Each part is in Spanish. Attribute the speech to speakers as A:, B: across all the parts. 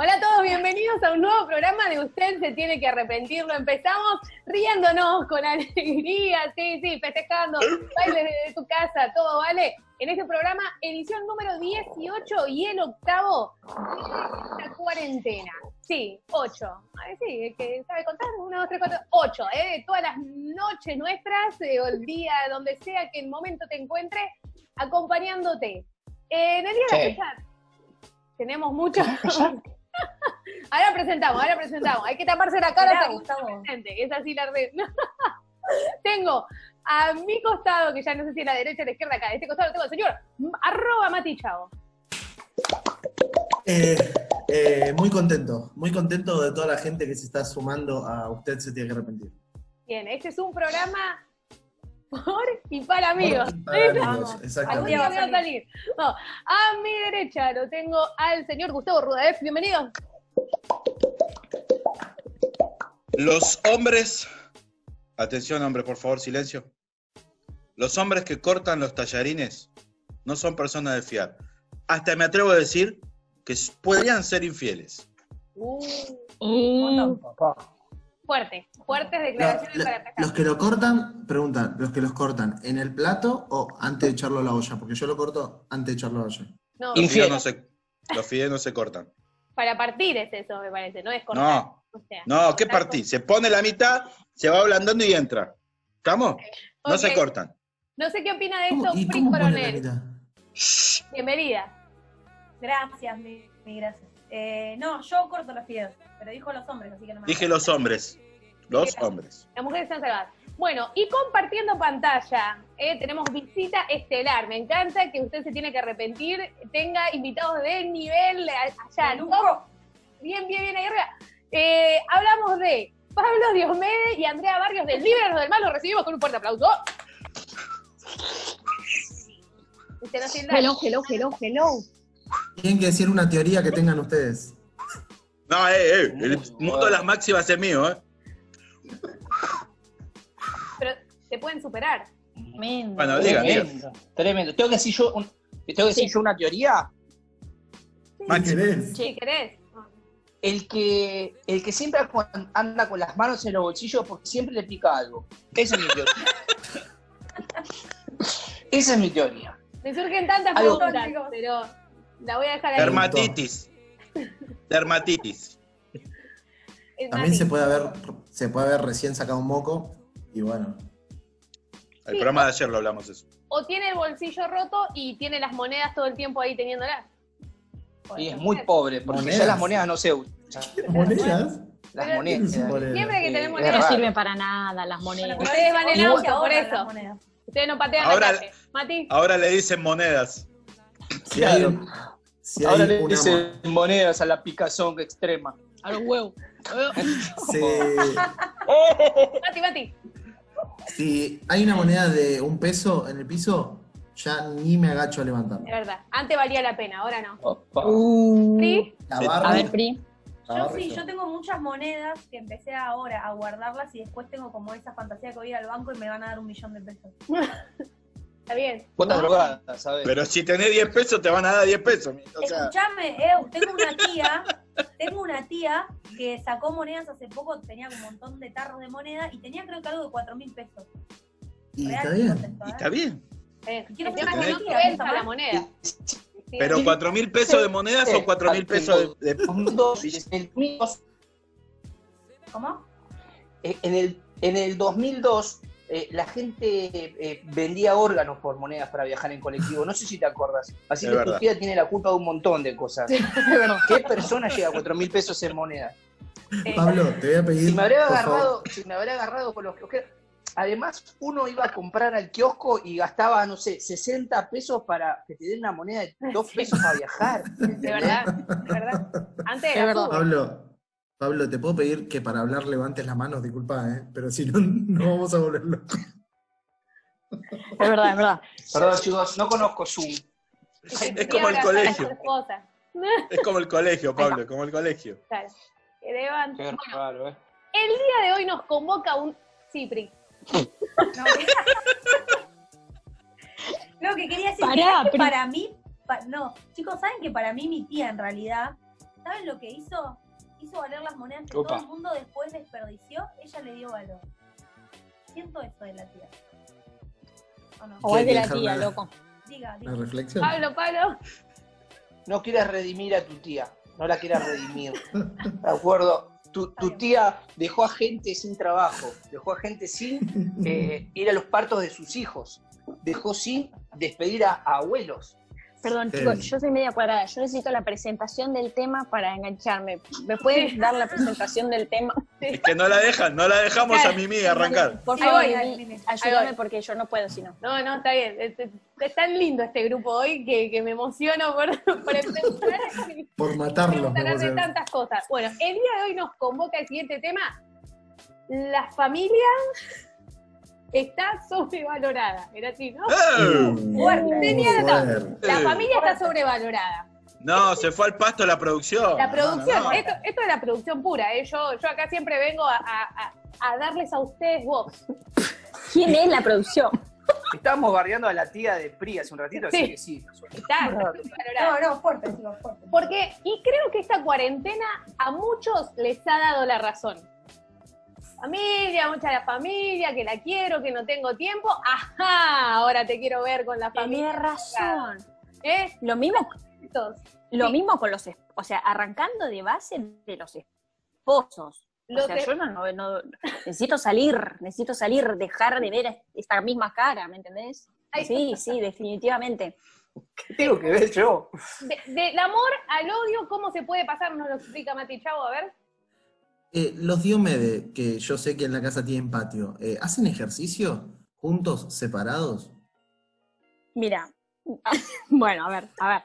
A: Hola a todos, bienvenidos a un nuevo programa de Usted se tiene que arrepentir. Lo empezamos riéndonos con alegría, sí, sí, festejando, bailes desde tu casa, todo, ¿vale? En este programa, edición número 18 y el octavo de esta cuarentena. Sí, 8. A ver, sí, el que sabe contar, 1, 2, 3, 4, 8, ¿eh? Todas las noches nuestras, eh, o el día, donde sea que el momento te encuentre, acompañándote. Eh, en el día de la
B: Sí.
A: fecha, tenemos muchas... Ahora presentamos, ahora presentamos. Hay que taparse la
C: Pará,
A: cara hasta que
C: Gustavo.
A: no se presente. Es así la red. tengo a mi costado, que ya no sé si es la derecha o la izquierda acá, de este costado tengo al señor m- arroba Mati Chao.
B: Eh, eh, muy contento, muy contento de toda la gente que se está sumando a Usted se tiene que arrepentir.
A: Bien, este es un programa por y para amigos.
B: Amigos, amigos,
C: Vamos.
A: Algún
B: exactamente.
A: día va a
C: Vamos.
A: salir. No, a mi derecha lo tengo al señor Gustavo Rudaef. Bienvenido.
D: Los hombres, atención hombre, por favor, silencio. Los hombres que cortan los tallarines no son personas de fiar. Hasta me atrevo a decir que s- podrían ser infieles.
A: Uh,
C: Mm.
A: fuerte, fuertes
B: No,
A: declaraciones
B: lo-
A: para atacar.
B: los que lo cortan, preguntan, los que los cortan, ¿en el plato o antes de echarlo a la olla? Porque yo lo corto antes de echarlo a la olla.
A: No,
D: Los fideos
C: Infiel.
D: no se, los fideos no se cortan.
A: para partir es eso, me parece, no es cortar.
D: No,
A: O sea,
D: no, ¿qué
A: cortar
D: partí? Se pone la mitad, se va ablandando y entra. ¿Estamos?
A: con-
D: No
A: Ok,
D: se cortan.
A: No sé qué opina de
B: ¿Cómo-
A: esto,
B: ¿Y
A: Prin
B: cómo ponen la
A: Coronel.
B: mitad?
A: Bienvenida.
C: Gracias, mi, mi gracias. Eh, no, yo corto los fideos, pero dijo los hombres, así que no me
D: Dije los hombres. Los hombres.
A: Las mujeres están salvadas. Bueno, y compartiendo pantalla, eh, tenemos visita estelar. Me encanta que usted se tiene que arrepentir, tenga invitados de nivel a- allá,
C: De
A: ¿no?
C: lujo.
A: Bien, bien, bien, ahí arriba. Eh, hablamos de Pablo Diosmedes y Andrea Barrios del Líbranos del Mal. Los recibimos con un fuerte aplauso. Usted no sienta-
E: Hello, hello, hello, hello.
B: Tienen que decir una teoría que tengan ustedes.
D: No, eh, eh, el mundo de las máximas es mío, ¿eh?
A: pero se pueden superar.
C: Tremendo.
D: Bueno, digan, digan.
F: Tremendo, tremendo. Tengo que decir yo, un- tengo que decir yo una teoría. Ah,
B: ¿Qué querés?
A: Si querés.
F: El que, el que siempre cu- anda con las manos en los bolsillos porque siempre le pica algo. Esa es mi teoría. Esa es mi teoría.
A: Me surgen tantas
F: Algo-
A: preguntas, pero la voy a dejar ahí.
D: Dermatitis. Dermatitis.
A: Es
B: También
A: Mati.
B: se puede haber, se puede haber recién sacado un moco y bueno.
D: El programa de ayer lo hablamos eso.
A: O tiene el bolsillo roto y tiene las monedas todo el tiempo ahí teniéndolas.
F: Y es muy pobre, porque ya las monedas no se usan.
B: ¿Monedas?
F: Las
A: Pero-
F: monedas.
B: Monedas.
A: Siempre que
F: Eh,
A: tenemos
F: es
A: monedas.
F: raro.
A: No
E: sirven para nada las
C: Bueno,
E: monedas.
C: pero
A: Ustedes
C: se
A: van en
C: ahorran
A: auto, por
C: las
A: eso.
C: monedas.
A: Ustedes no patean la
D: Ahora-
A: calle. Mati,
D: Ahora le dicen monedas.
B: Si hay,
F: Claro.
B: un- si hay
F: Ahora le
B: una mo-
F: dicen monedas a la picazón extrema.
G: A los huevos.
F: "Oh".
B: se-
A: Mati, Mati.
B: Si hay una moneda de un peso en el piso, ya ni me agacho a
A: Es
B: levantarla.
A: verdad. Antes valía la pena, ahora no.
F: Opa.
A: ¿Sí?
B: La
D: Sí.
B: barra,
E: A ver, Pri.
B: la
C: Mm. Yo
B: barra
C: sí,
B: yo.
C: yo tengo muchas monedas que empecé ahora a guardarlas y después tengo como esa fantasía que voy a ir al banco y me van a dar un millón de pesos.
A: Está bien.
F: Vos estás drogada, ¿sabes?
D: Pero si tenés 10 pesos, te van a dar 10 pesos. O sea,
C: Escuchame, Eu, tengo una tía, tengo una tía que sacó monedas hace poco, tenía un montón de tarros de moneda y tenía creo que algo de cuatro mil pesos.
B: Y
C: Real,
B: está
C: te
B: bien.
C: contesto,
D: y
C: ¿eh?
D: está bien.
A: está bien.
C: Quiero
A: El tema es
D: que
A: que no
C: tenés-
A: suelta la moneda. Sí.
D: Pero 4 mil pesos de monedas o 4 mil pesos de, de-
F: Un dos- en el mismo
C: ¿Cómo?
F: Eh, En el, en el 2002 eh, la gente eh, vendía órganos por monedas para viajar en colectivo. No sé si te acuerdas. Así
D: Es
F: que
D: verdad.
F: tu tía tiene la culpa de un montón de cosas. ¿Qué persona llega a 4 mil pesos en monedas?
A: Sí.
B: Pablo, te voy a pedir.
F: Si me habría
B: por
F: agarrado,
B: favor.
F: si me habría agarrado con los kiosqueros. Además, uno iba a comprar al kiosco y gastaba, no sé, 60 pesos para que te den una moneda de 2 pesos para viajar.
A: Eh, De verdad, de verdad. Antes
E: Es
A: era
E: verdad.
A: fútbol.
B: Pablo, Pablo, ¿te puedo pedir que para hablar levantes las manos? Disculpa, ¿eh? pero si no, no vamos a volver locos.
H: Es verdad, es verdad.
F: Perdón, chicos, no conozco Zoom.
D: Es como
A: Abrazar
D: el
A: a
D: colegio.
A: su esposa.
D: Es como el colegio, Pablo, como el colegio.
A: Claro. Que levan-
F: Qué raro, ¿eh?
A: El día de hoy nos convoca un Cipri.
C: No. Lo que quería decir
H: Pará,
C: mirá que
H: pero-
C: para mí, pa- no, chicos, saben que para mí mi tía en realidad, ¿saben lo que hizo? Hizo valer las monedas que
F: Opa.
C: todo el mundo después desperdició, ella le dio valor. Siento esto de la tía. ¿O no?
H: O es de la
B: Dejarme
H: tía,
B: la-
H: loco.
C: Diga,
B: La
C: diga.
B: reflexión.
A: Pablo, Pablo.
F: No quieras redimir a tu tía. No la quieras redimir. De acuerdo. Tu, tu tía dejó a gente sin trabajo. Dejó a gente sin eh, ir a los partos de sus hijos. Dejó sin despedir a, a abuelos.
H: Perdón,
B: Sí.
H: chicos, yo soy media cuadrada. Yo necesito la presentación del tema para engancharme. ¿Me pueden dar la presentación del tema?
D: Es que no la dejan, no la dejamos a Mimi arrancar.
H: Por
A: Ahí
H: favor,
A: voy,
C: dale,
H: Mimi,
C: Mimi.
A: Ahí
H: ayúdame
A: voy.
H: porque yo no puedo si no.
A: No, no, está bien. Es, es- es tan lindo este grupo hoy que, que me emociono por, por empezar.
B: Por matarlo. me
A: Vamos a hablar de
B: emocioné.
A: tantas cosas. Bueno, el día de hoy nos convoca el siguiente tema. La familia está sobrevalorada. Era así, ¿no?
D: ¡Oh!
B: Uh,
A: Fuerte. Tenía de todo.
B: fuerte.
A: La familia está sobrevalorada.
D: No, se fue al pasto la producción.
A: La producción,
D: No, no, no.
A: Esto, esto es la producción pura. ¿eh? Yo, yo acá siempre vengo a, a- a- a darles a ustedes voz.
H: ¿Quién es la producción?
F: Estábamos bardeando a la tía de Pri hace un ratito, así
A: Sí.
F: que sí. me suena.
A: Está
C: No,
A: sobrevalorada.
C: no, fuerte, chicos, fuerte.
A: Porque, y creo que esta cuarentena a muchos les ha dado la razón. Familia, mucha la familia, que la quiero, que no tengo tiempo. Ajá, ahora te quiero ver con la familia.
H: Tenía razón.
A: ¿Eh?
H: Lo mismo,
A: Entonces,
H: lo
A: Sí.
H: mismo con los, es- o sea, arrancando de base de los esposos.
A: Los
H: o sea,
A: es-
H: yo no, no- no- necesito salir, necesito salir, dejar de ver a esta misma cara, ¿me entendés?
A: Ay.
H: Sí, sí, definitivamente.
F: ¿Qué tengo que ver yo?
A: de- del amor al odio, ¿cómo se puede pasar? Nos lo explica Mati Chavo, a ver.
B: Eh, los Diomede, que yo sé que en la casa tienen patio, eh, ¿hacen ejercicio juntos, separados?
H: Mira,
A: Uh.
H: ah, bueno, a ver, a ver.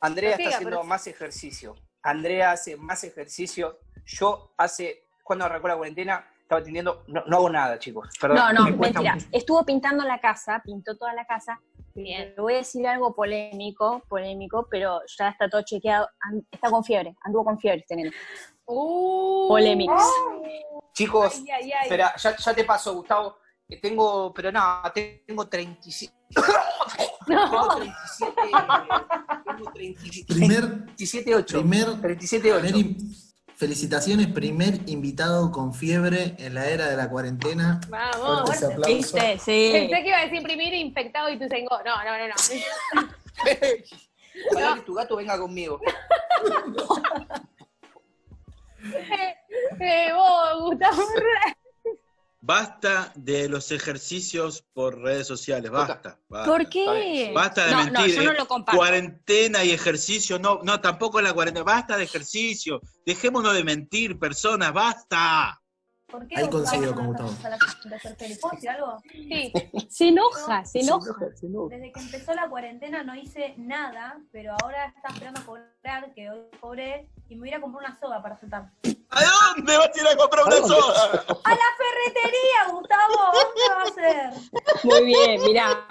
F: Andrea
A: Siga,
F: está haciendo
A: pero-
F: más ejercicio. Andrea hace más ejercicio. Yo hace, cuando arrancó la cuarentena, estaba atendiendo, no, no hago nada, chicos. Perdón,
H: No, no,
F: me cuesta
H: mentira.
F: mucho.
H: Estuvo pintando la casa, pintó toda la casa. Le voy a decir algo polémico, polémico, pero ya está todo chequeado. An- Está con fiebre, anduvo con fiebre este nene.
A: Uh,
H: Polémicos.
F: Chicos,
A: Ay, ay, ay.
F: espera, ya, ya te paso, Gustavo. Que Tengo, pero nada, tengo 37. Tengo 37. Tengo 37.
B: Primer,
F: 37, 8.
B: primer,
F: 37,
B: primer
F: 8.
B: in- felicitaciones, primer invitado con fiebre en la era de la cuarentena.
A: Vamos.
B: Fuertes aplausos.
H: ¿Viste? Sí.
A: Pensé que iba a decir imprimir infectado y tu No, no, no, no.
F: Ojalá que tu gato venga conmigo.
A: Eh, eh, vos, Gustavo.
D: Basta de los ejercicios por redes sociales, basta. basta.
H: ¿Por
F: está
H: qué?
F: bien.
D: Basta de
H: no,
D: mentir.
H: no, yo no
D: eh.
H: lo comparto.
D: Cuarentena y ejercicio, no, no, tampoco la cuarentena. Basta de ejercicio. Dejémonos de mentir, personas, basta.
C: ¿Por qué
B: Ahí
C: Gustavo
B: coincido
C: no
B: con
C: nos
B: Gustavo.
C: a la gente de ser feliz? ¿Puedo decir algo?
A: Sí,
H: Se enoja, se enoja.
C: Desde que empezó la cuarentena no hice nada, pero ahora está esperando cobrar, que hoy cobré, y me voy a ir a comprar una soga para soltar.
D: ¿A dónde vas a ir a comprar una soda?
C: ¡A la ferretería, Gustavo! ¿Dónde va a ser?
H: Muy bien, mirá.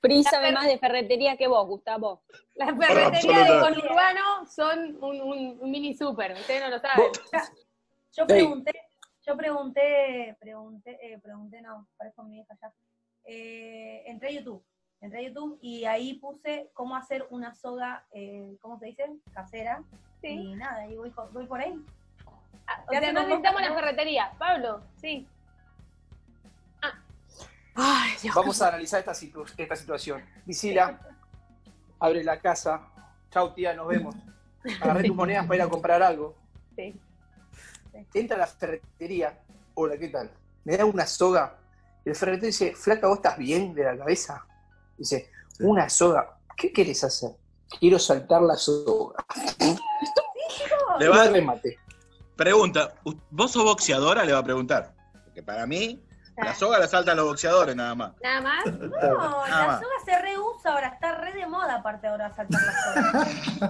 H: Pri sabe
A: per-
H: más de ferretería que vos, Gustavo.
A: las ferreterías de
D: Absolutamente.
A: conurbano son un, un- un mini super. Ustedes no lo saben.
F: Vos-
C: Yo
F: Sí.
C: pregunté, yo pregunté, pregunté, eh, pregunté, no, parezco mi vieja ya. Eh, entré a YouTube, entré a YouTube y ahí puse cómo hacer una soga, eh, ¿cómo se dice? Casera.
A: Sí.
C: Y nada, y voy, co- voy por ahí.
A: Ah, O
C: Ya
A: sea,
C: se
A: no
C: nos
A: necesitamos
C: baja,
A: la
C: ¿no?
A: ferretería. Pablo, sí.
H: Ay, Dios.
F: Vamos a analizar esta, situ- esta situación. Visila, abre la casa. Chau, tía, nos vemos. Agarré tus monedas para ir a comprar algo.
A: Sí.
F: Entra a la ferretería. Hola, ¿qué tal? Me da una soga. El ferretero dice, flaca, ¿vos estás bien de la cabeza? Dice, una soga. ¿Qué querés hacer? Quiero saltar la soga.
D: Le va-
F: No remate.
D: pregunta, ¿u- ¿vos sos boxeadora? Le va a preguntar. Porque
F: Ah.
D: para mí, la soga la saltan los boxeadores nada más.
A: Nada más.
C: No,
D: Ah,
C: la
D: va.
C: soga se reusa. usa ahora, está re de moda aparte ahora saltar la soga.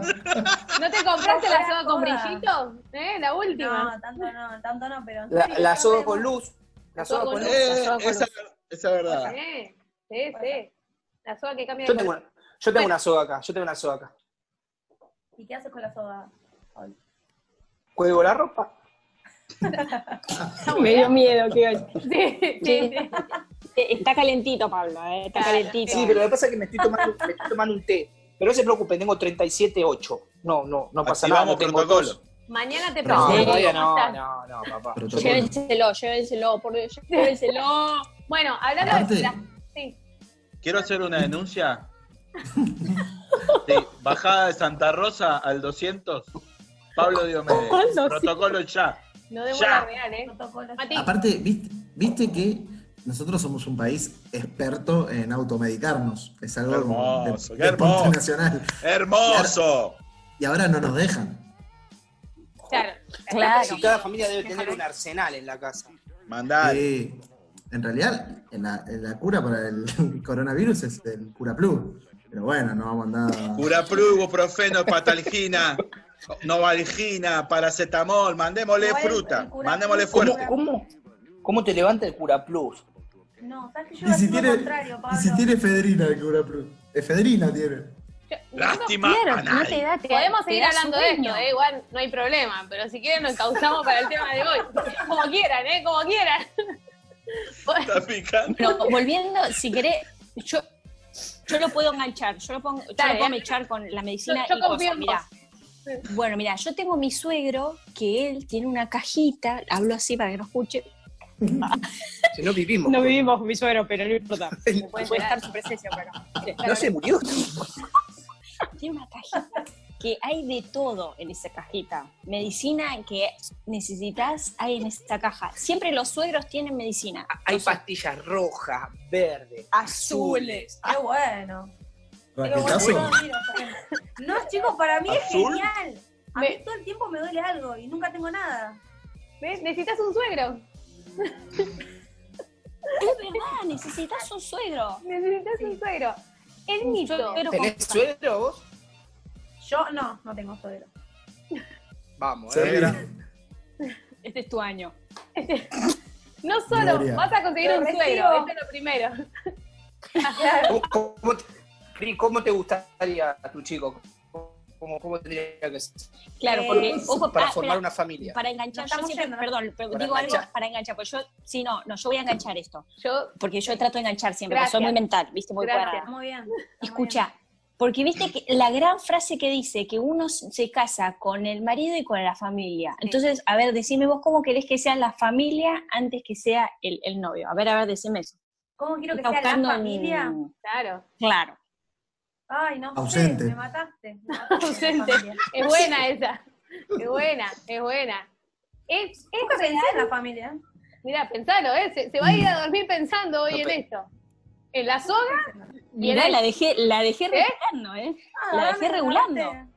A: ¿No te compraste
C: No,
A: la soga con
C: joda.
A: brillitos? ¿Eh? La última.
C: No, tanto no, tanto no, pero en
F: La,
C: serio,
F: la
C: está
F: soga
C: re
F: con
C: de moda.
F: luz. La soga con luz.
D: Eh,
F: la soga con
D: esa,
F: luz.
D: esa es verdad.
A: Eh, Sí, sí. La soga que cambia
F: Yo
A: de
F: tengo,
A: color.
F: una, yo tengo una soga acá, yo tengo una soga acá.
C: ¿Y qué haces con la soga?
F: ¿Cuelgo la ropa?
H: Me dio miedo que
A: Sí, sí, sí.
H: Eh, Está calentito, Pablo, eh, está calentito.
F: Sí, pero lo que pasa es que me estoy tomando, me estoy tomando un té. Pero no se preocupen, tengo 37.8. No, no, no pasa nada.
D: Activamos
F: No tengo
D: protocolo.
F: tos.
A: Mañana te
F: No,
A: presento
F: todavía
A: cómo
F: no,
A: estás.
F: no, no, papá.
B: Protocolo.
H: Llévenselo, llévenselo, por Dios, llévenselo.
A: Bueno, hablando de...
B: Aparte,
A: la- Sí.
D: Quiero hacer una denuncia. De bajada de Santa Rosa al 200. Pablo Diomedes. Protocolo ya.
A: No debo
D: Ya.
A: la real, ¿eh?
C: Protocolo.
A: Mati,
B: aparte, ¿viste, viste que nosotros somos un país experto en automedicarnos. Es algo
D: Qué hermoso,
B: de-
D: qué
B: de
D: hermoso.
B: deporte nacional.
D: ¡Hermoso!
B: Y ahora no nos dejan.
A: claro.
F: Si cada familia debe tener un arsenal en la casa.
D: Mandale.
B: Eh, en realidad, en la, en la cura para el coronavirus es el cura plus. Pero bueno, no vamos a andar.
D: Curapru, ibuprofeno, patalgina, novalgina, paracetamol. Mandémosle
C: Igual el- el
D: fruta.
C: cura-
D: Mandémosle
F: ¿Cómo,
D: fuerte.
F: cómo, cómo te levanta el cura plus?
C: No, ¿sabes que yo
B: Y
C: iba a
B: si,
C: decir
B: tiene,
C: lo contrario,
B: y
C: Pablo?
B: si tiene efedrina el cura plus. Efedrina tiene.
D: Lástima anal.
H: da,
A: Podemos seguir hablando de
H: niño.
A: esto, ¿eh? igual no hay problema, pero si quieren nos causamos para el tema de hoy. Como quieran, ¿eh? Como quieran.
D: Está picante.
H: Pero volviendo, si querés, yo, yo lo puedo enganchar, yo lo, pongo, yo
A: Dale,
H: lo puedo
A: dale.
H: mechar con la medicina
A: Yo- yo
H: y
A: confío
H: cosas,
A: en
H: mirá. Bueno, mira, yo tengo mi suegro que él tiene una cajita, hablo así para que no escuche.
F: Si no vivimos. con-
H: con mi suegro, pero no importa. Puede estar su presencia, pero.
F: No se murió.
H: Tiene una cajita que hay de todo en esa cajita. Medicina que necesitas hay en esta caja. Siempre los suegros tienen medicina.
F: Hay pastillas rojas, verdes, azules.
C: Qué Ah, bueno. Pero bueno,
B: Raquetazo.
C: yo no miro esa gente.
H: Ah,
C: No, chicos, para mí es
D: ¿Azul?
C: genial. A
A: Me-
C: mí todo el tiempo me duele algo y nunca tengo nada.
A: ¿Ves? Necesitas un suegro.
H: Es verdad, Ah, necesitas un suegro.
A: Necesitas un suegro. El
H: Un
A: mito.
H: suegro con-
F: ¿Tenés suegro vos?
C: Yo no, no tengo suegro.
F: Vamos,
B: Se
F: eh.
B: ríe.
H: Este es tu año.
A: No solo
B: Gloria.
A: vas a conseguir
C: Lo
A: un
C: recibo.
A: suegro, eso es lo primero.
F: ¿Cómo, cómo te, Cris, ¿cómo te gustaría a tu chico? ¿Cómo, cómo tendría que ser?
H: Claro,
C: Eh,
H: porque. Ojo,
F: para
H: ah,
F: formar
H: espera,
F: una familia.
H: Para enganchar,
C: Nos
H: yo
C: estamos
H: siempre,
C: yendo, ¿no?
H: perdón, pero
F: Para
H: digo algo
F: enganchar.
H: para enganchar, porque yo, sí, no, no, yo voy a enganchar esto,
A: Yo,
H: porque yo trato de enganchar siempre, porque soy
A: Gracias.
H: muy mental, viste, muy
A: Gracias.
H: cuadrada.
C: Muy bien.
H: Escucha, porque viste que la gran frase que dice que uno se casa con el marido y con la familia. Entonces, a ver, decime vos cómo querés que sea la familia antes que sea el, el novio. A ver, a ver, decime eso.
C: ¿Cómo quiero que
H: Está
C: sea la
H: buscando en-
C: familia?
A: claro.
H: Claro.
C: Ay,
B: Ah,
C: no sé,
B: Ausente.
C: me mataste. me mataste,
A: Ausente.
C: familia.
A: Es buena esa. Es buena, es buena. Es, es
C: Nunca pensé en la familia. ¿eh?
A: Mirá, pensalo, ¿eh? Se, se va a ir a dormir pensando hoy
F: No,
A: en
F: pe-
A: esto. En la soga, Y
H: Mirá,
A: el-
H: la dejé, la dejé
A: ¿Eh?
H: regulando, ¿eh?
C: Ah,
H: La
C: ahora
H: dejé
C: me
H: regulando.
C: agarraste.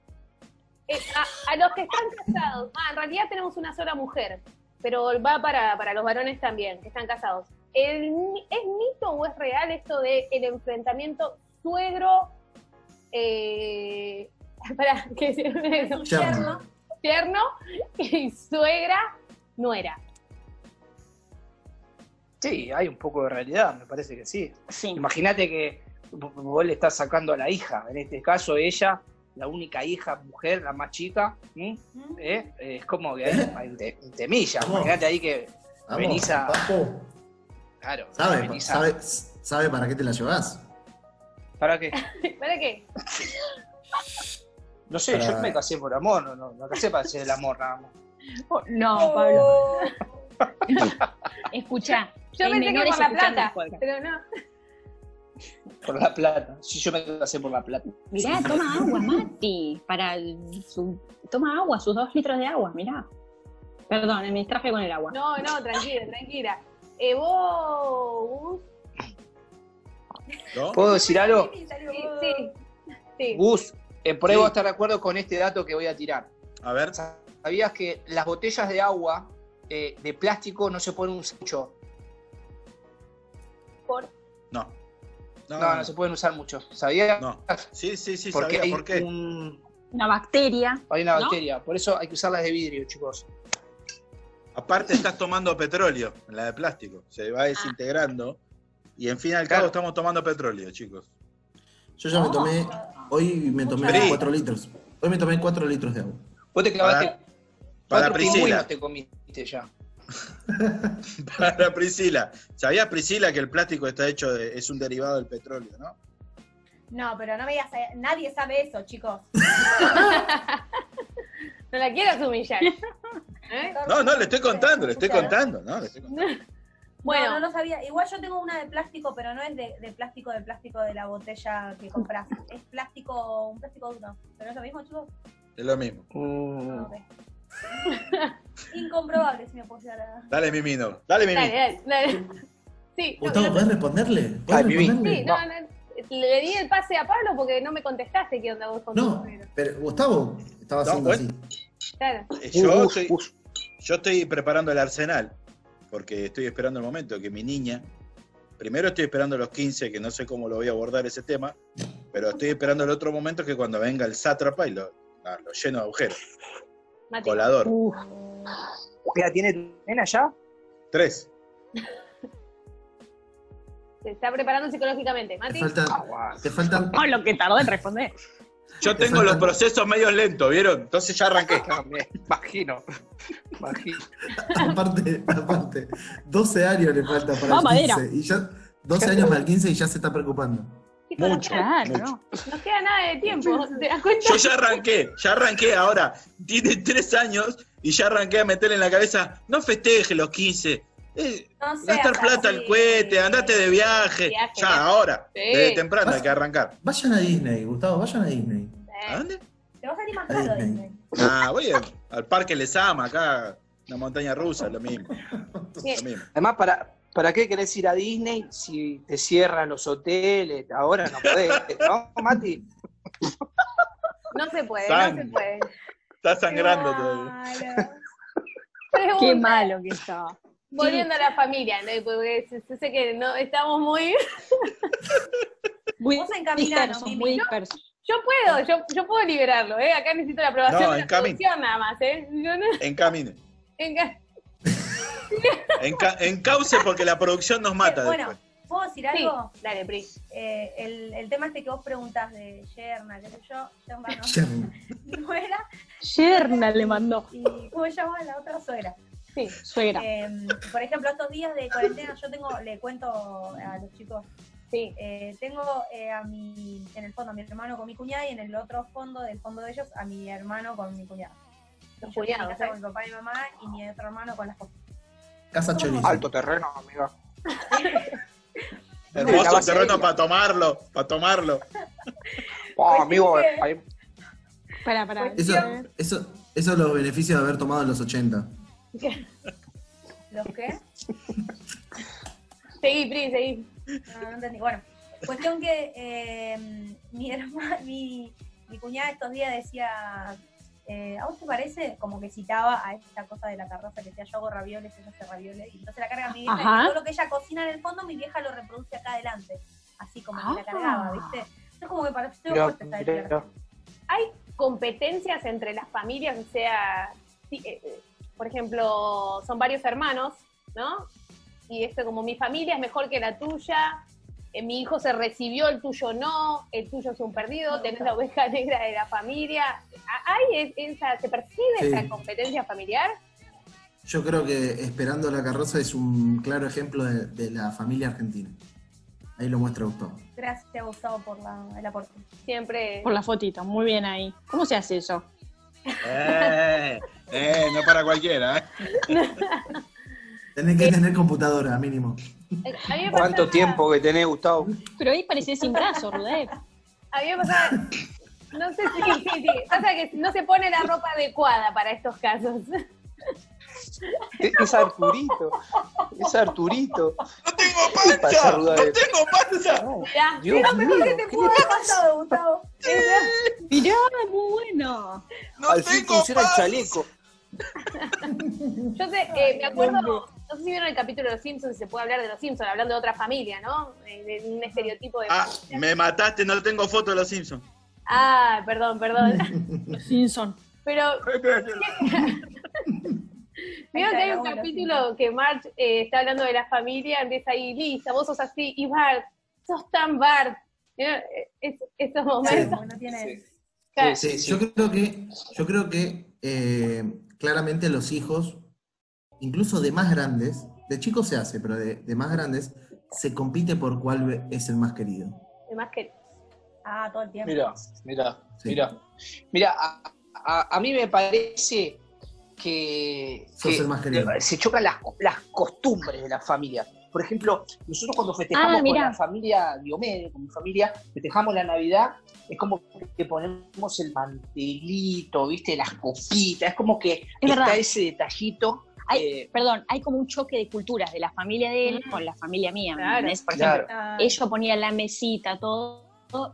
A: eh, a, a los que están casados. Ah, en realidad tenemos una sola mujer, pero va para, para los varones también, que están casados. El mi- ¿Es mito o es real esto de el enfrentamiento suegro... Eh, para que se me...
C: Es un yerno.
B: Yerno.
A: Tierno y suegra nuera.
F: Sí, hay un poco de realidad, me parece que sí.
H: Sí.
F: Imagínate que v- vos le estás sacando a la hija, en este caso ella, la única hija mujer, la más chica, ¿m?
C: ¿Mm?
F: ¿Eh? es como que hay un- hay un te- un temilla. Imagínate ahí que,
B: Vamos,
F: Venís a-
B: papo.
F: claro,
B: ¿Sabe,
F: venís a-
B: sabe, sabe para qué te la llevas?
F: ¿Para qué?
A: ¿Para qué?
F: No sé, yo
B: Para-
F: me casé por amor, no, no, me casé para hacer el amor nada más.
H: No, Pablo.
C: Oh,
H: Escucha,
A: Yo pensé que por la plata, pero no.
F: Por la plata. Sí, yo me casé por la plata.
H: Mirá, toma agua, Mati. Para el- su, toma agua, sus dos litros de agua, mirá. Perdón, eh, me distraje con el agua.
A: No, no, tranquila, tranquila. Eh, vos, Gus,
D: ¿No?
F: ¿Puedo decir algo?
C: sí,
A: sí,
C: salió.
A: sí. sí.
F: Gus, eh, por ahí
D: Sí.
F: vas a estar de acuerdo con este dato que voy a tirar.
D: A ver.
F: ¿Sabías que las botellas de agua eh, de plástico no se ponen un cincho?
D: No. No,
F: No, no, se pueden usar mucho. ¿Sabías?
D: No. Sí, sí, sí,
F: Porque
D: sabía
F: hay,
D: por qué.
F: un-
H: Una bacteria.
F: hay una
H: ¿No?
F: bacteria. Por eso hay que usarlas de vidrio, chicos.
D: Aparte estás tomando petróleo, en la de plástico. Se
C: Ah.
D: va desintegrando. Y en fin y al cabo
F: Claro.
D: estamos tomando petróleo, chicos.
B: Yo ya me tomé, hoy me tomé
D: Pri.
B: 4 litros. Hoy me tomé 4 litros de agua.
F: Vos te clavaste
D: Para
F: cuatro
D: Priscila.
F: pingüinos te comiste ya.
D: Para Priscila. ¿Sabías, Priscila, que el plástico está hecho de- es un derivado del petróleo, no?
C: No, pero no me digas, eh, nadie sabe eso, chicos.
A: No la quieras humillar. ¿Eh?
D: No, no, le estoy contando, le estoy
C: Escucharon.
D: contando, ¿no? Le estoy contando.
A: Bueno.
C: Bueno, no, no lo sabía. Igual yo tengo una de plástico, pero no es de, de plástico, de plástico de la botella que compras. Es plástico, un plástico duro. ¿Pero es lo mismo, chicos?
D: Es lo mismo.
C: No,
D: Mm.
C: ok. Incomprobable, si me puedo llegar a...
D: Dale, Mimino. Dale,
A: Dale,
D: Mimino.
A: dale, dale. Sí, no,
B: Gustavo,
A: no,
B: ¿podés responderle?
F: Ay,
B: ¿Podés
F: Vivi.
A: sí,
B: responderle?
A: no, no, Le di el pase a Pablo porque no me contestaste qué onda vos con tu
B: No,
A: sombrero.
B: pero Gustavo estaba
D: No,
B: haciendo
F: pues,
D: bueno.
B: así.
A: Claro.
D: Eh, Yo
F: Uh,
D: estoy,
F: uh,
D: yo estoy preparando el arsenal, porque estoy esperando el momento que mi niña. Primero estoy esperando los 15, que no sé cómo lo voy a abordar ese tema, pero estoy esperando el otro momento que cuando venga el sátrapa y lo, ah, lo lleno de agujeros.
A: Mati.
D: Colador.
F: uh. ¿Qué edad tiene tu nena ya?
D: Tres.
A: Se está preparando psicológicamente.
B: Te
A: Mati.
F: Ah,
B: faltan,
F: guau.
B: te faltan,
H: Oh, lo que tardó en responder.
D: Yo tengo los procesos medio lentos, ¿vieron? Entonces ya arranqué.
F: No, me imagino. imagino.
B: aparte, aparte, 12 años le falta para
H: Ah,
B: el
H: madera.
B: 15. Y ya, 12 años para el 15 y ya se está preocupando.
A: Chicos,
D: Mucho.
H: Claro.
D: mucho.
A: No queda nada de tiempo. ¿Te das cuenta?
D: Yo ya arranqué, ya arranqué ahora. Tiene tres años y ya arranqué a meterle en la cabeza, no festeje los 15. Eh,
C: No
D: Gastar
C: seas
D: plata al
C: así.
D: cohete, andate de viaje.
A: Viaje,
D: ya,
A: ya.
D: ahora.
A: Sí.
D: Desde temprano hay que arrancar.
B: Vayan a Disney, Gustavo, vayan a Disney.
D: ¿A
A: Eh,
D: dónde?
C: Te vas a salir más
B: A
C: caro,
B: Disney.
C: Disney.
D: Ah, voy a- al Parque Lesama, acá, una montaña rusa, lo mismo.
A: Bien.
D: Lo mismo.
F: Además, ¿para, ¿para qué querés ir a Disney si te cierran los hoteles? Ahora no podés, ¿no, Mati?
A: No se puede,
D: San.
A: no se puede.
D: Está sangrando todavía.
C: Claro.
A: Pregunta,
H: Qué malo que estaba.
A: Volviendo a la familia, ¿no? porque se- se- sé que no estamos muy.
H: Muy
C: Vos encaminanos,
H: dispersos,
C: Mimi.
H: muy dispersos.
A: Yo puedo, yo, yo puedo liberarlo, ¿eh? Acá necesito la aprobación
D: No,
A: de la
D: encamina.
A: producción nada más, ¿eh? Yo no-
D: Encamine.
A: enca-
D: Enca- encauce porque la producción nos mata.
C: bueno,
D: después.
C: ¿puedo decir
A: Sí,
C: algo?
A: dale, Pri.
C: Eh, el, el tema este que vos preguntás de Yerna, qué sé yo, Yerna
B: Yerna.
C: no, no era,
H: Yerna le mandó.
C: y cómo se llama la otra suegra.
A: Sí.
H: Suegra.
C: Eh, por ejemplo, estos días de cuarentena yo tengo, le cuento a los chicos,
A: Sí.
C: eh, tengo eh, a mi, en el fondo a mi hermano con mi cuñada y en el otro fondo, del fondo de ellos, a mi hermano con mi cuñada.
A: Los
C: Yo estoy en mi
A: cuñados,
C: casa
A: ¿eh?
C: Con mi papá y mi mamá y mi otro hermano con las cosas.
B: Casa Chorizo.
F: Alto terreno, amiga. La
D: Hermoso
F: base
D: terreno
F: aérea.
D: para tomarlo, para tomarlo.
F: Oh, amigo, ahí-
H: Para, para.
B: Eso, eso, eso es los beneficios de haber tomado en los 80.
C: ¿Los qué?
A: Seguí, Pri, seguí.
C: No, no entendí. Ah, Bueno, cuestión que eh, mi hermana, mi, mi cuñada estos días decía, eh, ¿a vos te parece? Como que citaba a esta cosa de la carroza que decía yo hago ravioles, ella hace ravioles. Y entonces la carga mi vieja
H: Ajá.
C: y todo lo que ella cocina en el fondo, mi vieja lo reproduce acá adelante. Así como que la
H: Ah.
C: cargaba, ¿viste? Entonces como que para estoy
F: mirá,
C: opuesta a esta
F: mirá.
C: declaración.
A: ¿Hay competencias entre las familias? O sea, sí, eh, eh, por ejemplo, son varios hermanos, ¿no? Y esto como mi familia es mejor que la tuya, eh, mi hijo se recibió, el tuyo no, el tuyo es un perdido,
C: Me
A: tenés
C: gusta.
A: la oveja negra de la familia. ¿Ah, ¿Hay es- esa, se percibe
B: Sí.
A: esa competencia familiar?
B: Yo creo que Esperando la carroza es un claro ejemplo de, de la familia argentina. Ahí lo muestra Gustavo.
C: Gracias, Gustavo, por la, el aporte.
A: Siempre...
H: Por la fotito, muy bien ahí. ¿Cómo se hace eso?
D: Eh, eh, no para cualquiera, eh.
B: Tenés que tener computadora, mínimo.
A: Eh, a mí me
F: ¿Cuánto
A: pasaba-
F: tiempo que tenés, Gustavo?
H: Pero ahí parecía sin brazo, Rudet.
A: A mí me pasaba... No sé si... Sí, sí. Pasa que no se pone la ropa adecuada para estos casos.
F: E- Es Arturito. Es Arturito.
D: ¡No tengo
F: ¿Qué pasa,
D: panza! ¡No
F: Rudolf?
D: tengo panza!
F: No,
A: Mirá,
F: Dios mío, ¿qué le pasa?
C: Gustavo.
H: Mirá, muy bueno.
D: ¡No
F: Al fin
D: tengo
F: funciona el
D: panza!
F: chaleco.
A: Yo sé, eh, me acuerdo, No sé si vieron el capítulo de los Simpsons, se puede hablar de los Simpsons, hablando de otra familia, ¿no? Eh, De, un estereotipo de.
D: Ah, me mataste, no tengo foto de los Simpsons.
A: Ah, perdón, perdón.
H: Simpson.
A: Pero
D: Este
A: veo que hay un capítulo que Marge eh, está hablando de la familia, empieza ahí, Lisa, vos sos así, y Bart, sos tan Bart. ¿Vieron? Eh, es- esos momentos.
C: Como que no tiene-
A: Claro.
B: Sí, Yo creo que, yo creo que eh, claramente los hijos, incluso de más grandes, de chicos se hace, pero de, de más grandes, se compite por cuál es el más querido.
A: Además que
C: Ah, todo el tiempo.
F: Mira, mira,
B: Sí.
F: mira. Mira, a, a- a mí me parece que,
B: Sos
F: que
B: el más querido.
F: se chocan las, las costumbres de la familia. Por ejemplo, nosotros cuando festejamos
H: Ah,
F: con
H: mirá.
F: la familia Diomedes, con mi familia, festejamos la Navidad, es como que ponemos el mantelito, ¿viste? Las copitas, es como que está
H: verdad.
F: ese detallito.
H: Hay-
F: eh,
H: Perdón, hay como un choque de culturas de la familia de él con la familia mía. ¿me
A: Claro.
H: entendés? Mm, Por
F: Claro.
H: ejemplo, ellos ponían la mesita, todo,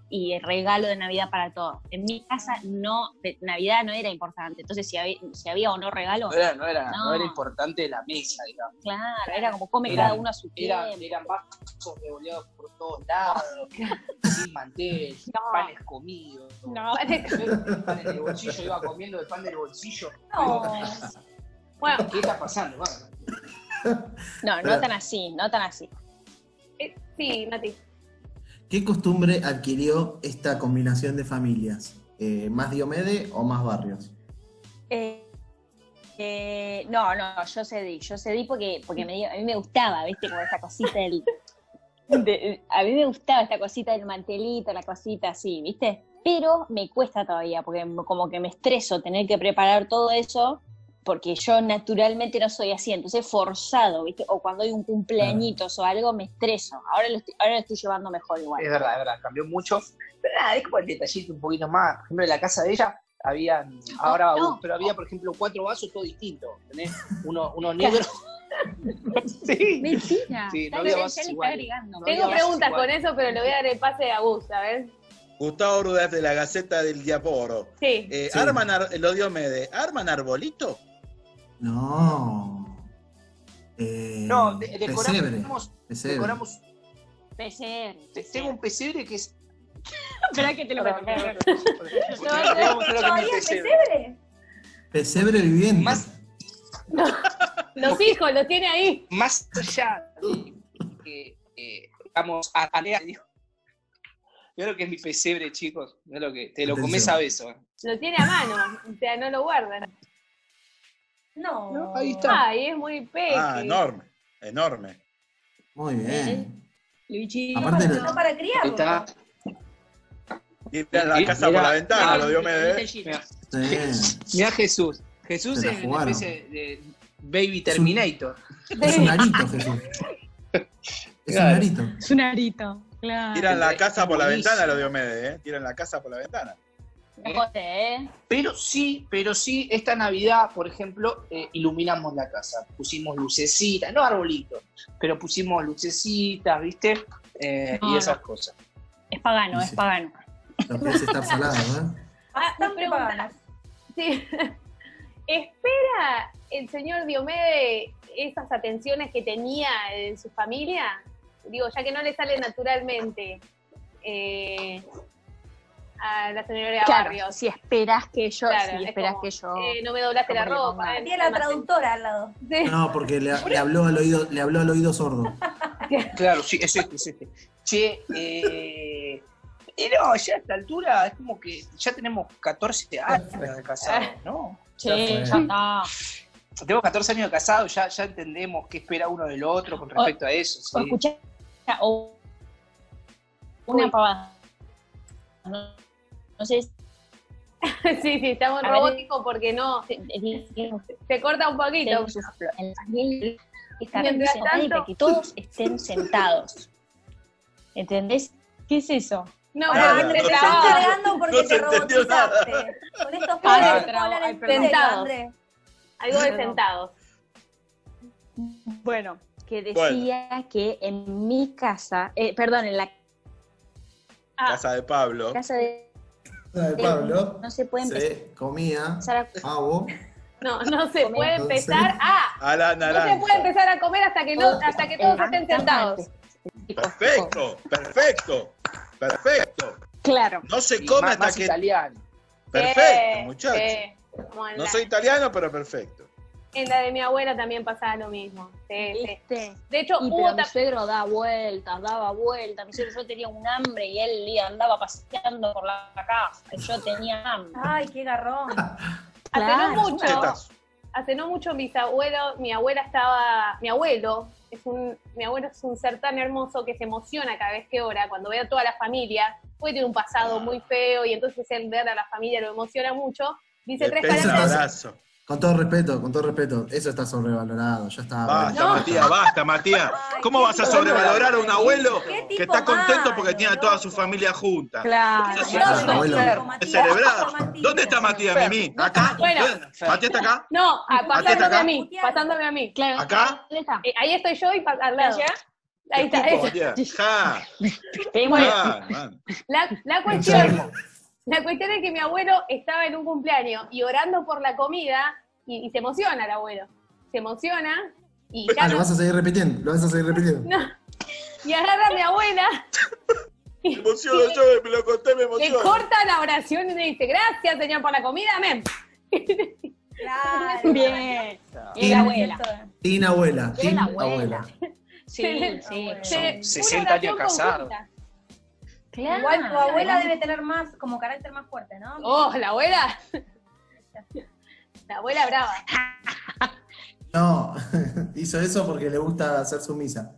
H: y el regalo de Navidad para todos. En mi casa, no, de- Navidad no era importante. Entonces, si había, si había o no regalo,
F: no, era, no, era, no
H: No.
F: era importante la mesa, digamos.
H: claro, era como come
F: Era-
H: cada uno a su
F: Era-
H: tiempo.
F: eran vasos revoleados por todos lados, sin mantel,
H: No.
F: panes comidos.
H: No.
F: Yo, pan en el bolsillo, iba comiendo el pan del bolsillo.
C: No.
A: Bueno,
F: ¿Qué está pasando? hermano?
H: No, no tan así, no tan así.
A: eh, sí, Mati.
B: ¿Qué costumbre adquirió esta combinación de familias? Eh, ¿Más Diomede o más barrios?
H: Eh, eh, no, no, yo cedí, yo cedí porque, porque me, dio- a mí me gustaba, viste, como esta cosita del... de- a mí me gustaba esta cosita del mantelito, la cosita así, viste, pero me cuesta todavía porque m- como que me estreso tener que preparar todo eso porque yo naturalmente no soy así, entonces forzado, viste, o cuando hay un cumpleañitos o algo me estreso, ahora lo estoy, ahora lo estoy llevando mejor igual.
F: Es verdad, es verdad, cambió mucho. Pero nada, es como el detallito un poquito más. Por ejemplo, en la casa de ella había, ahora,
H: no.
F: pero había, por ejemplo, cuatro vasos, todo distinto. ¿Tenés? Uno, uno negro. sí.
H: Mentira,
F: Sí,
A: Ah,
F: no
H: Dale,
F: había
H: ya
F: vasos
H: le está
F: iguales.
H: agregando.
F: No
A: Tengo
F: había
A: preguntas
F: igual.
A: con eso, pero le voy a dar el pase a Gus, a ver.
D: Gustavo Rudaz de la Gaceta del Diaporo.
A: Sí.
D: Eh,
B: Sí.
D: arman ar- los Diomedes, ¿arman arbolito?
B: No. Eh,
F: No, de-
B: pesebre.
F: decoramos,
B: pesebre.
F: decoramos.
H: Pesebre,
F: te-
H: pesebre.
F: Tengo un pesebre que es
H: Esperá que te lo
F: Ahora,
H: voy a tocar.
F: ahora, ahora. Vamos a lo que me
C: ¿Todavía es
F: pesebre.
C: pesebre?
B: Pesebre viviente.
F: Más-
A: Los hijos, los tiene ahí.
F: Más allá de que, eh, digamos, a a Lea le dijo, yo lo que es mi pesebre, chicos, mirá lo que, te lo comes a beso. eh.
A: Lo tiene a mano. O sea, no lo guardan.
C: No.
F: Ahí está.
A: Ay, es muy peque.
D: Ah, enorme, enorme.
B: Muy bien.
H: Luigi.
C: No
B: Aparte
C: para,
B: de-
C: no para criarlo.
F: Está.
D: Tiran la
F: Sí,
D: casa
F: mira,
D: por la ventana,
F: ah,
D: los Diomedes.
F: Mirá,
B: Sí.
F: mirá Jesús, Jesús
B: Se la
F: es una
B: jugaron.
F: especie de Baby Terminator.
B: Es un arito, Jesús. Es
F: Claro.
B: un arito.
H: Es un arito, claro.
D: Tiran la casa por la
F: Buenísimo.
D: ventana, los Diomedes, ¿eh? Tiran la casa por la ventana.
H: No jode, ¿eh?
F: Pero sí, pero sí, esta Navidad, por ejemplo, eh, iluminamos la casa. Pusimos lucecitas, no arbolitos, pero pusimos lucecitas, ¿viste? Eh, y
H: No,
F: esas
H: no.
F: cosas.
H: Es pagano,
B: Sí,
H: es
B: sí.
H: pagano.
B: Lo que es estar salado, ¿verdad?
C: Bastante
A: pregunta.
C: paganos.
A: Sí. ¿Espera el señor Diomede esas atenciones que tenía en su familia? Digo, ya que no le sale naturalmente eh, a la señora
H: Claro,
A: Barrios.
H: si esperás que yo,
A: Claro,
H: si
A: es
H: esperás
A: como,
H: que yo.
A: Eh, no me doblaste la
H: Como que le
A: ropa.
H: ponga-
A: eh,
C: Tiene la
A: no me haces-
C: traductora al lado.
A: Sí.
B: No, porque le, le habló al oído, le habló al oído sordo.
F: Claro, sí, es este, es este. Che, eh, eh, no, ya a esta altura es como que ya tenemos 14 años de casados, ¿no?
H: Ah, che, ya está.
F: Tenemos 14 años de casados, ya, ya entendemos qué espera uno del otro con respecto a eso.
H: O
F: Sí.
H: escuchá o una pavada. No, no sé,
A: sí, sí, estamos
H: A ver,
A: robóticos porque no.
H: es- es- es-
A: Se corta un poquito.
H: tengo sus- en la familia, esta
A: Mientras
H: mesa, nadie,
A: tanto-
H: que todos estén sentados. ¿Entendés? ¿Qué es eso?
A: No,
C: Ahora,
D: no,
C: te
A: se
D: no,
C: estás
A: trabó.
D: no,
C: entregando porque
D: no
C: te
D: se entendió nada.
C: robotizaste. Con estos
A: Ah,
C: padres
H: te
C: que
H: trabo-
C: hablan
H: ay,
C: en
H: perdón.
C: serio,
A: Sentados.
C: Andrés.
A: Algo de
H: Perdón.
A: sentados.
H: Bueno, que
D: Bueno.
H: decía que en mi casa, eh, perdón, en la
A: Ah.
D: Casa de Pablo.
H: casa de
B: Pablo
H: no se puede empezar
B: se comía
H: a
B: pavo
A: No, no se puede empezar a.
D: Alan
A: No se puede
D: Naranja.
A: empezar a comer hasta que, no, hasta que todos estén sentados.
D: Perfecto, perfecto, perfecto.
I: Claro.
D: No se
F: Y
D: come
F: más,
D: hasta
F: más
D: que.
F: italiano.
D: Perfecto,
A: Sí,
D: muchachos.
A: sí, como en
D: No
A: Eh, la-
D: soy italiano, pero perfecto.
A: En la de mi abuela también pasaba lo mismo. Sí, sí.
H: ¿Viste?
A: De hecho,
H: este, Y pero
A: hubo
H: mi
A: también.
H: suegro da vueltas, daba vueltas. Mi suegro yo tenía un hambre y él le andaba paseando por la casa. y Yo tenía hambre.
C: Ay, qué garrón. Ah,
A: Hace no
H: Claro.
A: mucho,
D: Tetas.
A: hace no mucho mis abuelos, mi abuela estaba, mi abuelo es un, mi abuelo es un ser tan hermoso que se emociona cada vez que ora, cuando ve a toda la familia, puede tener un pasado muy feo y entonces él ver a la familia lo emociona mucho. Dice
D: Le
A: tres
D: pesa el
A: palabras.
D: abrazo.
B: Con todo respeto, con todo respeto, eso está sobrevalorado, ya está. Ah,
D: Basta,
A: No.
D: Matías, basta, Matías. ¿Cómo vas a
F: qué
D: sobrevalorar a un
F: tipo
D: abuelo
C: malo,
D: que está contento porque
C: loco.
D: tiene a toda su familia junta?
I: Claro.
D: Eso sí,
C: Claro,
D: es
B: no,
D: un
B: abuelo.
D: enfermo.
C: Matías,
D: Es celebrado.
C: Matías, Matías.
D: ¿Dónde está Matías,
F: Enfermo.
D: Mimi? ¿Acá?
A: Bueno.
D: ¿Matías está acá?
A: No, a- pasándome
D: acá?
A: a mí, pasándome a mí.
H: Claro.
D: ¿Acá?
H: ¿Dónde está?
A: Eh, ahí estoy yo y pa- al lado.
H: ¿Ya?
A: Ahí está.
D: Tipo,
F: eh.
A: esa.
D: Matías, ja, Ah,
H: Pedimos
D: ja, man.
A: La, la cuestión, la cuestión es que mi abuelo estaba en un cumpleaños y orando por la comida y, y se emociona el abuelo. Se emociona y
B: Ah,
A: ya
B: lo
A: no-
B: vas a seguir repitiendo, lo vas a seguir repitiendo.
A: No. Y agarra a mi abuela,
D: Me emociono yo, me lo conté, me
A: le
D: emociono.
A: corta la oración y le dice, gracias señor por la comida, amén.
C: Claro.
H: Bien. Y
B: Bien.
H: la abuela.
B: Teen abuela, teen
H: la abuela.
B: abuela.
H: Sí, sí.
C: Sí.
A: Se- una
F: 60 años
A: oración
F: casados.
A: conjunta.
H: Claro.
C: Igual tu abuela debe tener más, como carácter más fuerte, ¿no?
A: Oh, la abuela. La abuela brava.
B: No, hizo eso porque le gusta hacer su misa.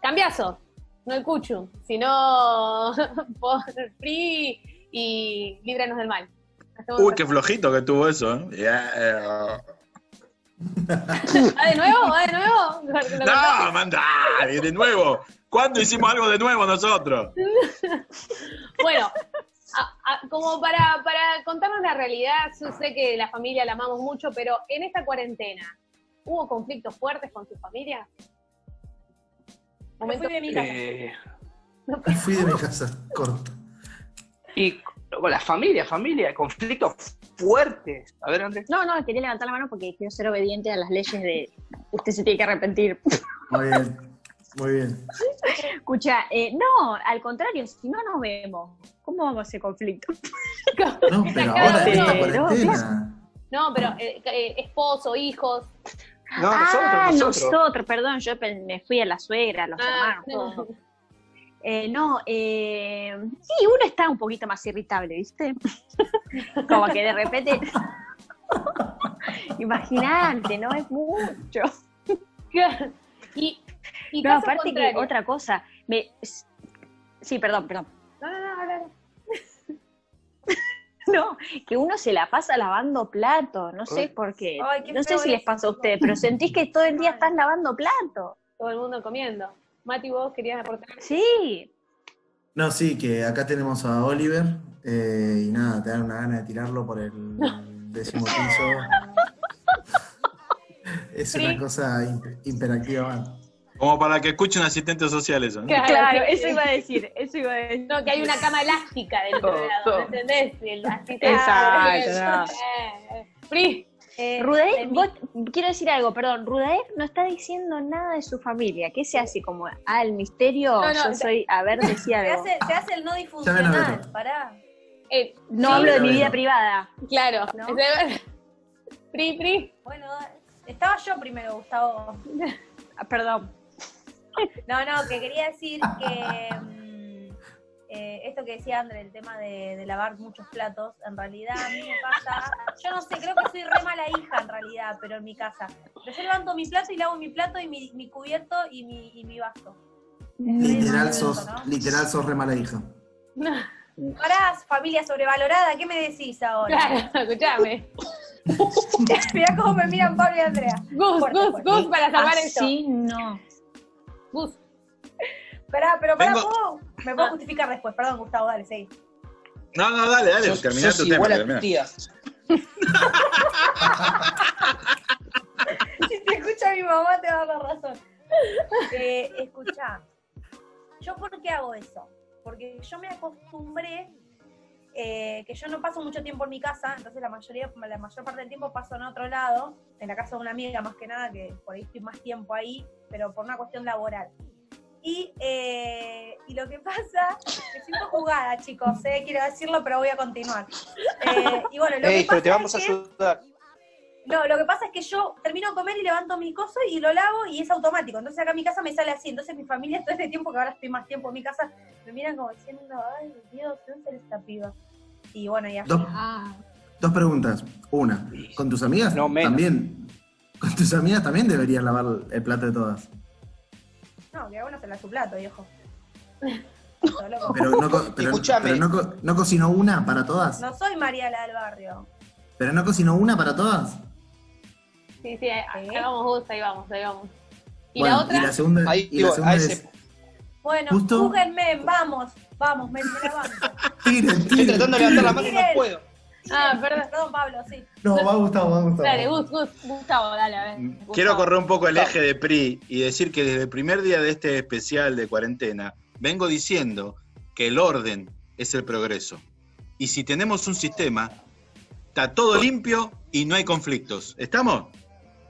A: Cambiazo, no el cuchu, sino por free y líbranos del mal. Hacemos
D: Uy, qué flojito que tuvo eso, ¿eh? Yeah.
A: ¿Va Ah, de nuevo? ¿Va de nuevo? Lo contamos.
D: No, manda, de nuevo. ¿Cuándo hicimos algo de nuevo nosotros?
A: Bueno, a- a- como para, para contarnos la realidad, yo sé que la familia la amamos mucho, pero en esta cuarentena, ¿hubo conflictos fuertes con su familia?
C: Me
A: Momento-
C: fui de mi casa.
F: Eh,
B: Fui de mi casa, corto.
F: y con la familia, familia, conflictos fuertes. A ver, Andrés.
H: No, no, quería levantar la mano porque quiero ser obediente a las leyes de usted se tiene que arrepentir.
B: Muy bien, muy bien.
H: Escucha, eh, no, al contrario, si no nos vemos, ¿cómo vamos a ese conflicto?
B: No, pero ahora en esta
A: Sí, no,
B: cuarentena.
A: No, pero eh, eh, esposo, hijos.
F: No,
H: ah,
F: nosotros, nosotros.
H: perdón, yo pen- me fui a la suegra, a los
A: Ah,
H: hermanos, todo. Eh, no, eh, sí, uno está un poquito más irritable, ¿viste? Como que de repente. Imaginante, no es mucho.
A: y y
H: No,
A: caso
H: aparte
A: contrario.
H: que otra cosa, me. Sí, perdón, perdón.
A: No, no, no, habla, habla.
H: No, que uno se la pasa lavando platos, no sé
F: Ay.
H: por qué.
C: Ay, qué
H: no sé
C: feo
H: si les
C: eso,
H: pasa a
C: chicos.
H: ustedes, pero sentís que todo el día
C: Mal.
H: estás lavando platos.
A: todo el mundo comiendo. Mati, vos querías aportar.
H: Sí.
B: No, sí, que acá tenemos a Oliver eh, y nada, te dan una gana de tirarlo por el décimo piso. Es
A: Sí.
B: una cosa imp- imperactiva.
D: Como para que escuchen asistentes sociales. ¿no?
A: Claro, eso iba
H: a decir, eso iba a decir.
A: No, que hay una cama elástica del otro
F: Todo,
A: lado,
F: todo.
A: ¿me ¿entendés? El asistente.
F: Exacto.
A: Eh, eh. Pri, eh, de
H: Rudaek,
A: mí.
H: vos- quiero decir algo, perdón, Rudaek no está diciendo nada de su familia. ¿Qué se hace? Como, ah, el misterio,
A: No, no,
H: yo
A: se-
H: soy, a ver, decía
C: Se
H: algo.
C: hace, se hace el no
B: Ya ven a
C: disfuncional,
B: ver.
C: pará.
A: Eh,
H: No
B: Sí,
H: hablo de mi
B: bueno.
H: vida privada.
A: Claro.
C: ¿No?
A: Ese- Pri, Pri.
C: Bueno, estaba yo primero, Gustavo.
H: Ah, Perdón.
C: No, no, que quería decir que mm, eh, esto que decía André, el tema de, de lavar muchos platos, en realidad a mí me pasa, yo no sé, creo que soy re mala hija en realidad, pero en mi casa. Pero yo levanto mi plato y lavo mi plato y mi, mi cubierto y mi, y mi vaso.
B: Literal
C: Sí,
B: sos,
C: ¿no?
B: literal sos re mala hija.
C: Pará, familia sobrevalorada, ¿qué me decís ahora?
A: Claro, escuchame.
C: Mirá cómo me miran Pablo y Andrea.
A: Gus,
C: Fuerte,
A: Gus,
C: fuerte.
A: Gus para salvar esto.
H: Así no.
A: Gus.
C: Pará, pero pará,
D: Vengo-
C: ¿puedo? me
A: Ah.
C: puedo justificar después. Perdón, Gustavo, dale, seguí.
D: No, no, dale, dale.
F: Sos-
D: terminá
F: sos
D: tu tema.
F: igual a
D: terminá.
F: tus tías.
C: Si te escuchan
H: mi mamá te va a dar la razón. Eh, escuchá, ¿yo por qué hago eso? Porque yo me acostumbré eh, que yo no paso mucho tiempo en mi casa, entonces la mayoría, la mayor parte del tiempo paso en otro lado, en la casa de una amiga más que nada, que por ahí estoy más tiempo ahí, pero por una cuestión laboral. Y, eh, y lo que pasa, me siento jugada, chicos, eh, quiero decirlo, pero voy a continuar. Eh, y bueno, lo
F: Ey,
H: que pasa
F: pero te vamos a
H: es que-
F: ayudar.
H: no, lo que pasa es que yo termino de comer y levanto mi coso y lo lavo y es automático. Entonces acá en mi casa me sale así. Entonces mi familia todo este tiempo, que ahora estoy más tiempo en mi casa, me miran como diciendo, ay Dios, ¿qué onda esta piba? Y bueno, ya.
B: Dos, dos preguntas. Una, ¿con tus amigas
F: No, menos.
B: también? Con tus amigas también deberías lavar el plato de todas.
H: No, que a uno se la su plato, viejo. loco.
B: Pero no, co- pero-
F: Escuchame.
B: pero no co- no cocinó una para todas.
H: No soy María la del barrio.
B: Pero no cocinó una para todas.
A: Sí, sí, ahí, ahí vamos vos, ahí vamos, ahí vamos. ¿Y
B: Bueno,
A: la otra?
B: Y la segunda,
F: Ahí
B: y la
F: voy,
B: segunda
F: a
B: es.
F: ese-
H: Bueno,
B: Justo-
H: júguenme, vamos, vamos, me, me la banco.
B: Tiren,
F: Estoy
B: tiren.
F: tratando de levantar la mano y no
H: Miguel.
F: puedo.
A: Ah, perdón.
H: Perdón, Pablo, sí.
B: No, va Gustavo, va Gustavo.
A: Dale, Gus, Gus, Gustavo, dale, a ver.
D: Quiero
A: Gustavo.
D: correr un poco el eje de PRI y decir que desde el primer día de este especial de cuarentena vengo diciendo que el orden es el progreso. Y si tenemos un sistema, está todo limpio y no hay conflictos. ¿Estamos?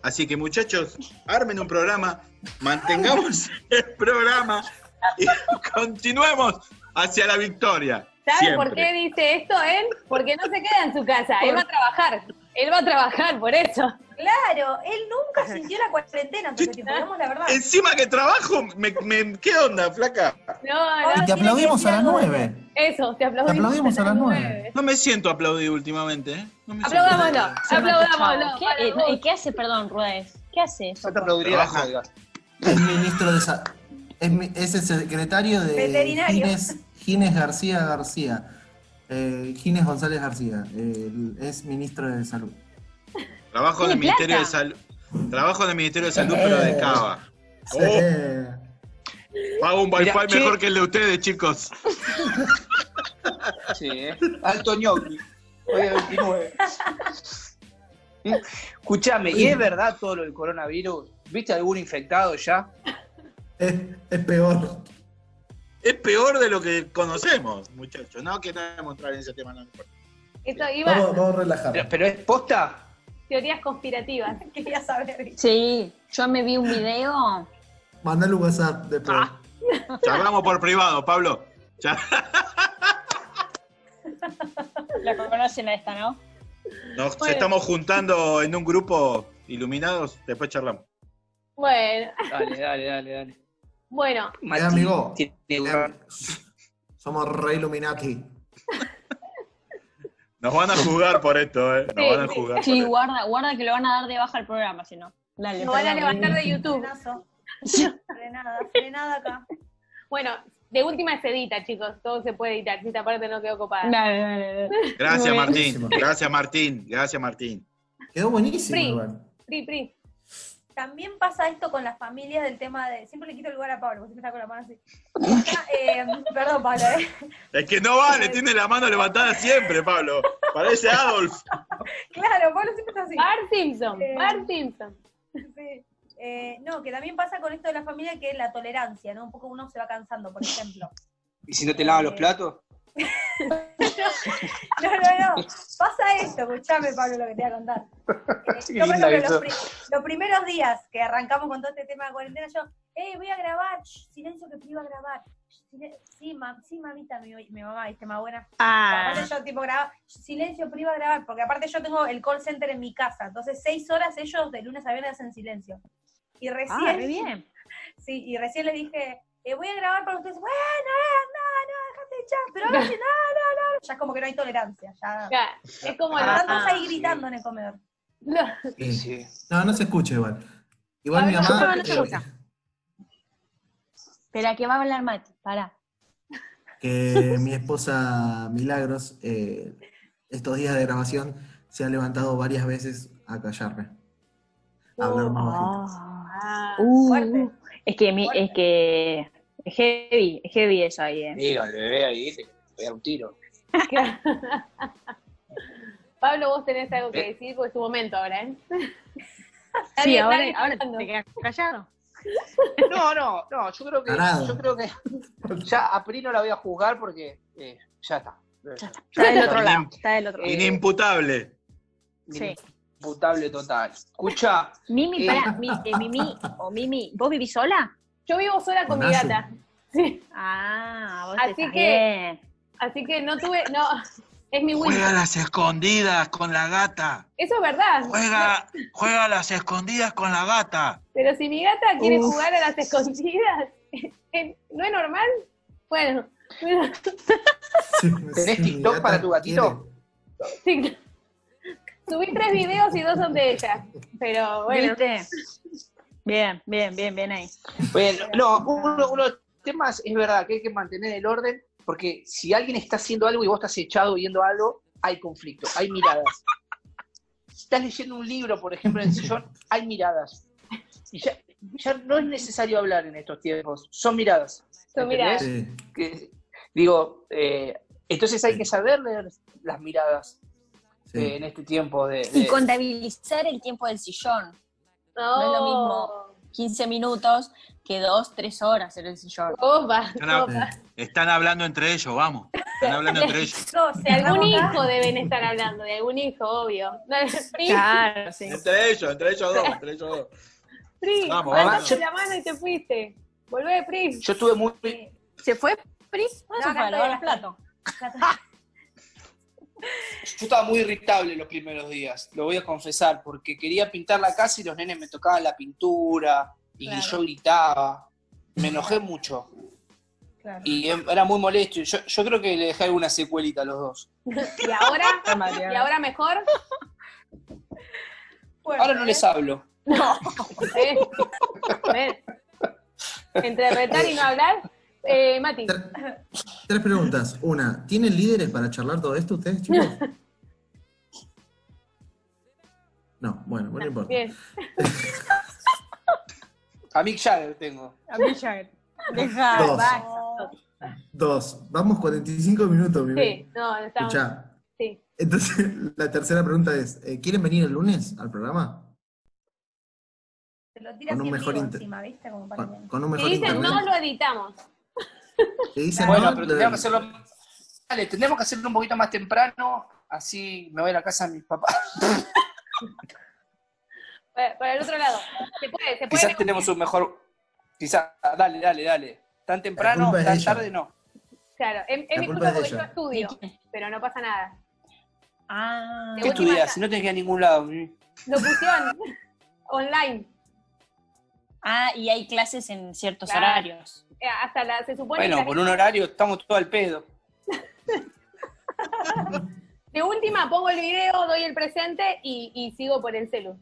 D: Así que muchachos, armen un programa, mantengamos el programa y continuemos hacia la victoria.
A: ¿Sabe por
D: Siempre.
A: qué dice esto, él? Porque no se queda en su casa, él va a trabajar. Él va a trabajar, por eso.
H: Claro, él nunca sintió la cuarentena, porque si ponemos la verdad.
D: Encima que trabajo, me- me- ¿qué onda, flaca?
A: No, no.
B: Y te aplaudimos a las nueve.
A: Eso, te aplaudimos.
B: Te aplaudimos a las nueve.
D: No me siento aplaudido últimamente, ¿eh? No me siento
A: Aplaudámoslo,
J: Se mata,
A: aplaudámoslo.
J: chavo. ¿Qué-
A: para
J: eh, no, ¿Y
A: vos.
J: qué hace, perdón, Ruedes? ¿Qué hace eso?
F: Yo te aplaudiría las
D: Trabajo.
F: nalgas.
B: Es ministro de sa- es, mi- es el secretario de
H: Veterinario.
B: Gines, Gines García García. Eh, Gines González García. El- es ministro de Salud.
D: Trabajo en el
J: Tiene plata.
D: Ministerio de Salud. Trabajo en el Ministerio de Salud, pero de Cava. Oh.
B: Eh,
D: Pago un
F: Mira,
D: wifi
F: che.
D: mejor que el de ustedes, chicos.
F: Sí, ¿eh? Alto ñoqui. Hoy es 29. Escuchame, ¿y es verdad todo lo del coronavirus? ¿Viste algún infectado ya?
B: Es, es peor.
D: Es peor de lo que conocemos, muchachos. No queremos entrar en ese tema. No, importa.
A: Eso
B: Vamos,
A: iba
B: vamos a
F: Pero,
B: relajar.
F: pero es posta.
A: teorías conspirativas.
H: Quería saber.
J: Sí, yo me vi un video.
B: Mandale un WhatsApp después.
F: Ah,
D: Charlamos por privado, Pablo. Ya-
J: La conocen a esta, ¿no?
D: Nos
A: Bueno.
D: estamos juntando en un grupo iluminados, después charlamos.
A: Bueno,
F: Dale, dale, dale, dale.
A: bueno,
B: Eh, amigo.
F: tiene
B: Eh,
F: un-
B: Somos re Illuminati.
D: Nos van a jugar por esto, ¿eh? Nos
A: Sí,
D: van a
A: sí.
D: jugar.
J: Sí,
D: por esto.
J: guarda, guarda que lo van a dar de baja al programa, si no. Dale.
A: lo van a levantar de YouTube.
H: Frenazo. Frenada, frenada acá.
A: Bueno, de última se edita, chicos. Todo se puede editar. Si esta parte no quedó copada.
J: Dale, dale, dale.
D: Gracias,
J: Bueno.
D: Martín. Gracias, Martín. Gracias, Martín.
B: Quedó buenísimo,
A: Free.
B: igual.
A: Pri, pri.
H: También pasa esto con las familias del tema de. Siempre le quito el lugar a Pablo, porque siempre está con la mano así. Ah, eh, perdón, Pablo, ¿eh?
D: Es que no vale, tiene la mano levantada siempre, Pablo. Parece Adolf.
H: Claro, Pablo siempre está así.
J: Ah,
A: Bart Simpson,
H: Eh.
A: Bart Simpson.
H: Sí. Eh, no, que también pasa con esto de la familia que es la tolerancia, ¿no? Un poco uno se va cansando, por ejemplo.
F: ¿Y si no te lavas los platos?
H: No, no, no. Pasa esto, escuchame, Pablo, lo que te voy a contar. Eh,
F: Sí,
H: yo, por
F: linda
H: ejemplo,
F: que
H: los, pri- los primeros días que arrancamos con todo este tema de cuarentena, yo, eh, voy a grabar, shh, silencio que te iba a grabar. Silen- Sí, ma- sí, mamita, mi, mi mamá, viste, más buena. Aparte yo tipo grababa, silencio, pero iba a grabar, porque aparte yo tengo el call center en mi casa, entonces seis horas ellos de lunes a viernes en silencio. Y recién,
J: Ah, re bien.
H: sí, y recién les dije, eh, voy a grabar para ustedes, bueno, eh, no, no, déjate de echar, pero ahora sí, no, no, no. Ya es como que no hay tolerancia, ya.
A: Ya, Es como
H: Bueno,
A: la-
H: están todos ahí gritando en el comedor.
A: lo-
B: Eh, No, no se escucha igual. Igual
A: A
B: mi
A: ver,
B: mamá.
J: no, no se
B: eh,
J: escucha. Espera, que va a hablar Mati. Pará.
B: que mi esposa Milagros, eh, estos días de grabación, se ha levantado varias veces a callarme. A hablar más
H: Oh.
B: bajito.
A: Ah,
J: Uh,
H: fuerte.
J: es que mi, es
H: Fuerte.
J: que es heavy, es heavy eso ahí. eh.
F: Diga, le ve ahí, te voy a dar un tiro.
A: ¿eh? Pablo, vos tenés algo que decir, porque es tu momento ahora, ¿eh? Nadie-
I: ahora,
A: nadie
I: ahora
A: hablando.
I: te quedas callado.
F: No, no, no, yo creo que,
B: Tarado.
F: yo creo que ya a Pri no la voy a juzgar porque eh, ya está. Ya está.
H: Está del otro lado. Está del otro lado.
D: Inimputable.
I: Sí.
F: Imputable total. Escucha,
H: Mimi,
F: Eh.
H: pará, mi- eh, Mimi, o Mimi, ¿vos vivís sola?
A: Yo vivo sola con mi
B: Bonazo.
A: gata. Sí.
H: Ah, vos
A: Así
H: te estás
A: que-
H: bien.
A: Así que no tuve, no, es mi win.
D: Juega a las escondidas con la gata.
A: Eso es verdad.
D: Juega, juega a las escondidas con la gata.
A: Pero si mi gata quiere jugar a las escondidas, ¿no es normal? Bueno, bueno,
F: ¿Tenés TikTok para tu gatito?
A: sí. subí tres videos y dos son de ella. Pero bueno,
I: ¿Viste? Bien, bien, bien, bien ahí.
F: Bueno, no, uno, uno de los temas es verdad que hay que mantener el orden porque si alguien está haciendo algo y vos estás echado viendo algo, hay conflicto, hay miradas. Si estás leyendo un libro, por ejemplo, en el sillón, hay miradas. Y ya, ya no es necesario hablar en estos tiempos, son miradas.
A: son miradas.
B: Sí.
F: Que- digo, eh, entonces hay que saber leer las miradas
B: Sí.
F: eh, en este tiempo de...
H: Y
F: de-
H: contabilizar el tiempo del sillón.
A: No.
H: No es lo mismo. 15 minutos que 2, 3 horas en el sillón.
A: Opa,
D: Están,
B: Eh,
D: hab-
A: opa.
D: están hablando entre ellos, vamos. Están hablando entre ellos.
C: No,
A: De algún hijo deben estar hablando, de algún hijo, obvio. No, Pri,
I: Claro, sí.
D: Entre ellos, entre ellos dos, entre ellos dos.
A: Pri,
D: Vamos,
A: mandaste
F: vamos.
A: la mano y te fuiste. Volvé, Pri. Eh,
F: Yo estuve muy,
I: ¿Se fue Pris?
H: No,
C: No,
H: se
C: acá
H: fue a
C: estoy,
H: lavar los
C: acá estoy.
H: platos.
F: Yo estaba muy irritable los primeros días, lo voy a confesar, porque quería pintar la casa y los nenes me tocaban la pintura y
C: Claro.
F: yo gritaba. Me enojé mucho
C: Claro.
F: y em- era muy molesto. y Yo, yo creo que le dejé alguna secuelita a los dos.
A: ¿Y ahora? ¿Y ahora mejor?
F: Ahora no les hablo.
A: ¿Eh? A ver. Entre retar y no hablar, eh, Mati.
B: Tre- Tres preguntas. Una, ¿tienen líderes para charlar todo esto ustedes, chicos? No, bueno, bueno, no importa.
A: Bien.
F: A Mick Jagger tengo.
I: A mí ya. Deja,
B: Dos.
I: basta.
B: Dos, vamos 45 minutos, mi
A: Sí, no, estamos.
B: Escuchá.
A: Sí.
B: Entonces, la tercera pregunta es, eh, ¿quieren venir el lunes al programa?
C: Te lo tiras
B: Con un
C: bien
B: mejor
C: vivo
B: inter-
C: encima, ¿viste? Como para
B: Con,
C: que-
B: con un
A: Si
B: mejor
A: dicen
B: internet.
A: no, lo editamos.
B: Si dicen
F: Bueno,
B: no,
F: pero
B: le-
F: tendríamos que hacerlo. Dale, tendríamos que hacerlo un poquito más temprano, así me voy a la casa de mis papás.
A: Para, para Eh, el otro lado. Se puede, se puede.
F: Quizás tenemos un mejor. Quizás, dale, dale, dale. Tan temprano,
B: culpa es
F: tan
B: ella.
F: tarde no.
A: Claro, es, es
B: La
A: mi
B: culpa
A: culpa
B: es de
A: porque yo
B: ella.
A: estudio, pero no pasa nada.
H: Ah,
F: ¿Qué
A: Según mi
F: estudias?
A: masa.
F: Si no tenés que ir a ningún lado.
A: Locución online,
H: ah, y hay clases en ciertos
A: Claro.
H: horarios.
A: eh, hasta la, se supone que
F: Bueno,
A: la
F: con un horario estamos todo al pedo.
A: De última pongo el video, doy el presente y, y sigo por el celu.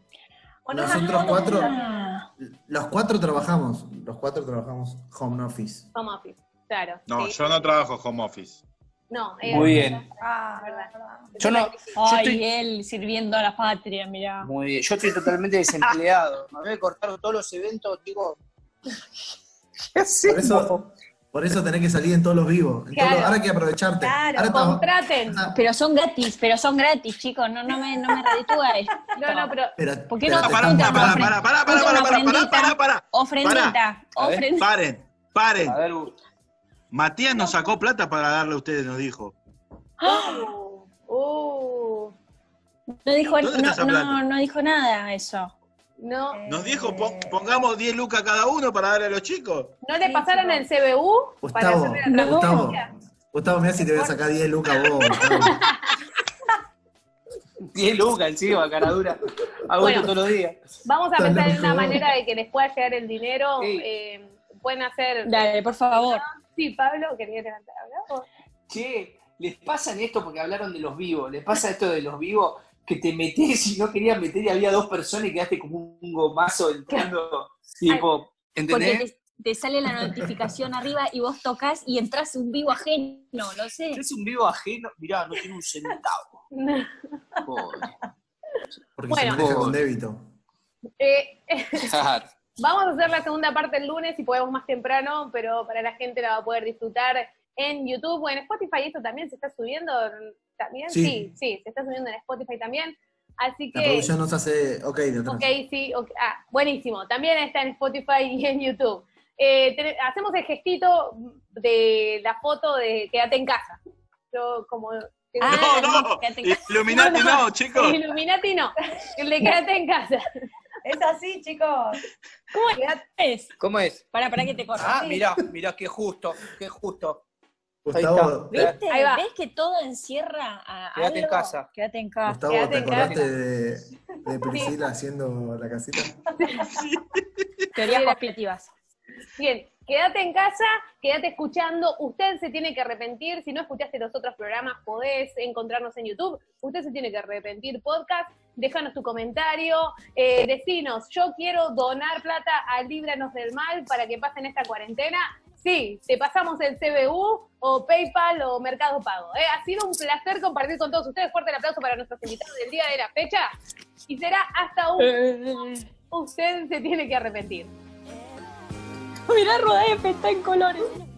A: ¿O no?
B: Nosotros cuatro,
H: Ah,
B: los cuatro trabajamos, los cuatro trabajamos home office.
A: Home office, claro.
D: No,
A: sí.
D: yo no trabajo home office.
A: No,
F: Muy bien.
C: Ah,
A: Eh, Verdad.
C: verdad.
F: Yo no, yo
H: Ay,
F: estoy,
H: él sirviendo a la patria, mirá.
F: muy bien, yo estoy totalmente desempleado. Me voy a cortar todos los eventos, digo. ¿Qué
B: Por
F: hacemos?
B: eso, por eso tenés que salir en todos los vivos. En todos los-
A: Claro.
B: ahora hay que aprovecharte.
C: Claro,
B: ahora estamos-
A: Contraten.
B: Ah,
H: Pero son gratis, pero son gratis, chicos. No, no me, no me reditúa esto.
A: No, no, pero
B: pero,
H: ¿Por qué
B: pero
H: no
D: Pará,
B: te
H: Para,
D: pará,
B: estamos-
H: para, para,
D: pará, pará, pará, pará, pará, pará, pará, pará, pará.
H: Ofrendita,
F: A ver.
H: ofrendita.
D: Paren, paren.
F: A ver, u-
D: Matías nos sacó plata para darle a ustedes, nos dijo.
A: Uh,
H: No dijo,
D: ¿Dónde
H: no,
D: estás
H: no,
D: hablando?
H: no dijo nada eso.
A: no,
D: Nos dijo,
C: Eh,
D: pon- pongamos 10 lucas cada uno para darle a los chicos.
A: ¿no le
C: Sí,
A: pasaron
C: Eh, sí,
A: el CBU?
B: Gustavo,
A: hacerle
H: No.
B: Gustavo,
A: denuncia?
B: Gustavo, mira si te voy a sacar 10 lucas vos, Gustavo.
F: 10 lucas encima, caradura. Hago
A: Bueno.
F: esto todos los días.
A: Vamos a
B: Está
A: pensar en
B: loco.
A: una manera de que les pueda llegar el dinero.
F: Sí.
A: eh, pueden hacer.
H: Dale, por favor.
A: Sí, Pablo, quería levantar. ¿hablamos?
F: Che, ¿les pasan esto? Porque hablaron de los vivos. ¿Les pasa esto de los vivos? Que te metés y no querías meter y había dos personas y quedaste como un gomazo entrando. Tipo,
H: Porque
F: ¿entendés?
H: te, te sale la notificación arriba y vos tocas y entras un vivo ajeno, lo sé.
F: Es un vivo ajeno. Mirá, no tiene un centavo. Pobre.
B: Porque
A: Bueno.
B: se maneja con débito.
A: Eh,
F: Claro.
A: Vamos a hacer la segunda parte el lunes si podemos más temprano, pero para la gente la va a poder disfrutar en YouTube o en Spotify. Esto también se está subiendo, también
B: Sí.
A: sí, sí, se está subiendo en Spotify también. Así
B: La
A: que,
B: producción nos hace. Ok, de atrás.
A: ok, sí, ok, ah, buenísimo. También está en Spotify y en YouTube. Eh, te- hacemos el gestito de la foto de Quédate en casa. Yo como...
D: Ah, No, no, Illuminati no, chicos.
A: Illuminati no, el de Quédate en casa.
C: Es así, chicos.
E: ¿Cómo es?
F: ¿Cómo es?
E: Para, para que te corra.
F: Ah, mirá, mirá, qué justo, qué justo.
B: Gustavo,
F: Ahí está.
H: ¿Viste?
A: Ahí va.
H: ¿Ves que todo encierra a
F: Quédate en
H: algo?
F: casa.
H: Quédate en casa.
B: Gustavo,
A: Quédate
B: ¿te
A: en
B: acordaste de, de Priscila haciendo la casita?
I: Teorías conspirativas.
A: Bien, quédate en casa, quédate escuchando. Usted se tiene que arrepentir. Si no escuchaste los otros programas, podés encontrarnos en YouTube. Usted se tiene que arrepentir podcast. Déjanos tu comentario. Eh, decinos, yo quiero donar plata a Líbranos del Mal para que pasen esta cuarentena. Sí, te pasamos el CBU o PayPal o Mercado Pago. Eh, ha sido un placer compartir con todos ustedes. Fuerte el aplauso para nuestros invitados del día de la fecha. Y será hasta un... Usted se tiene que arrepentir.
I: Mirá, Rodefe, está en colores.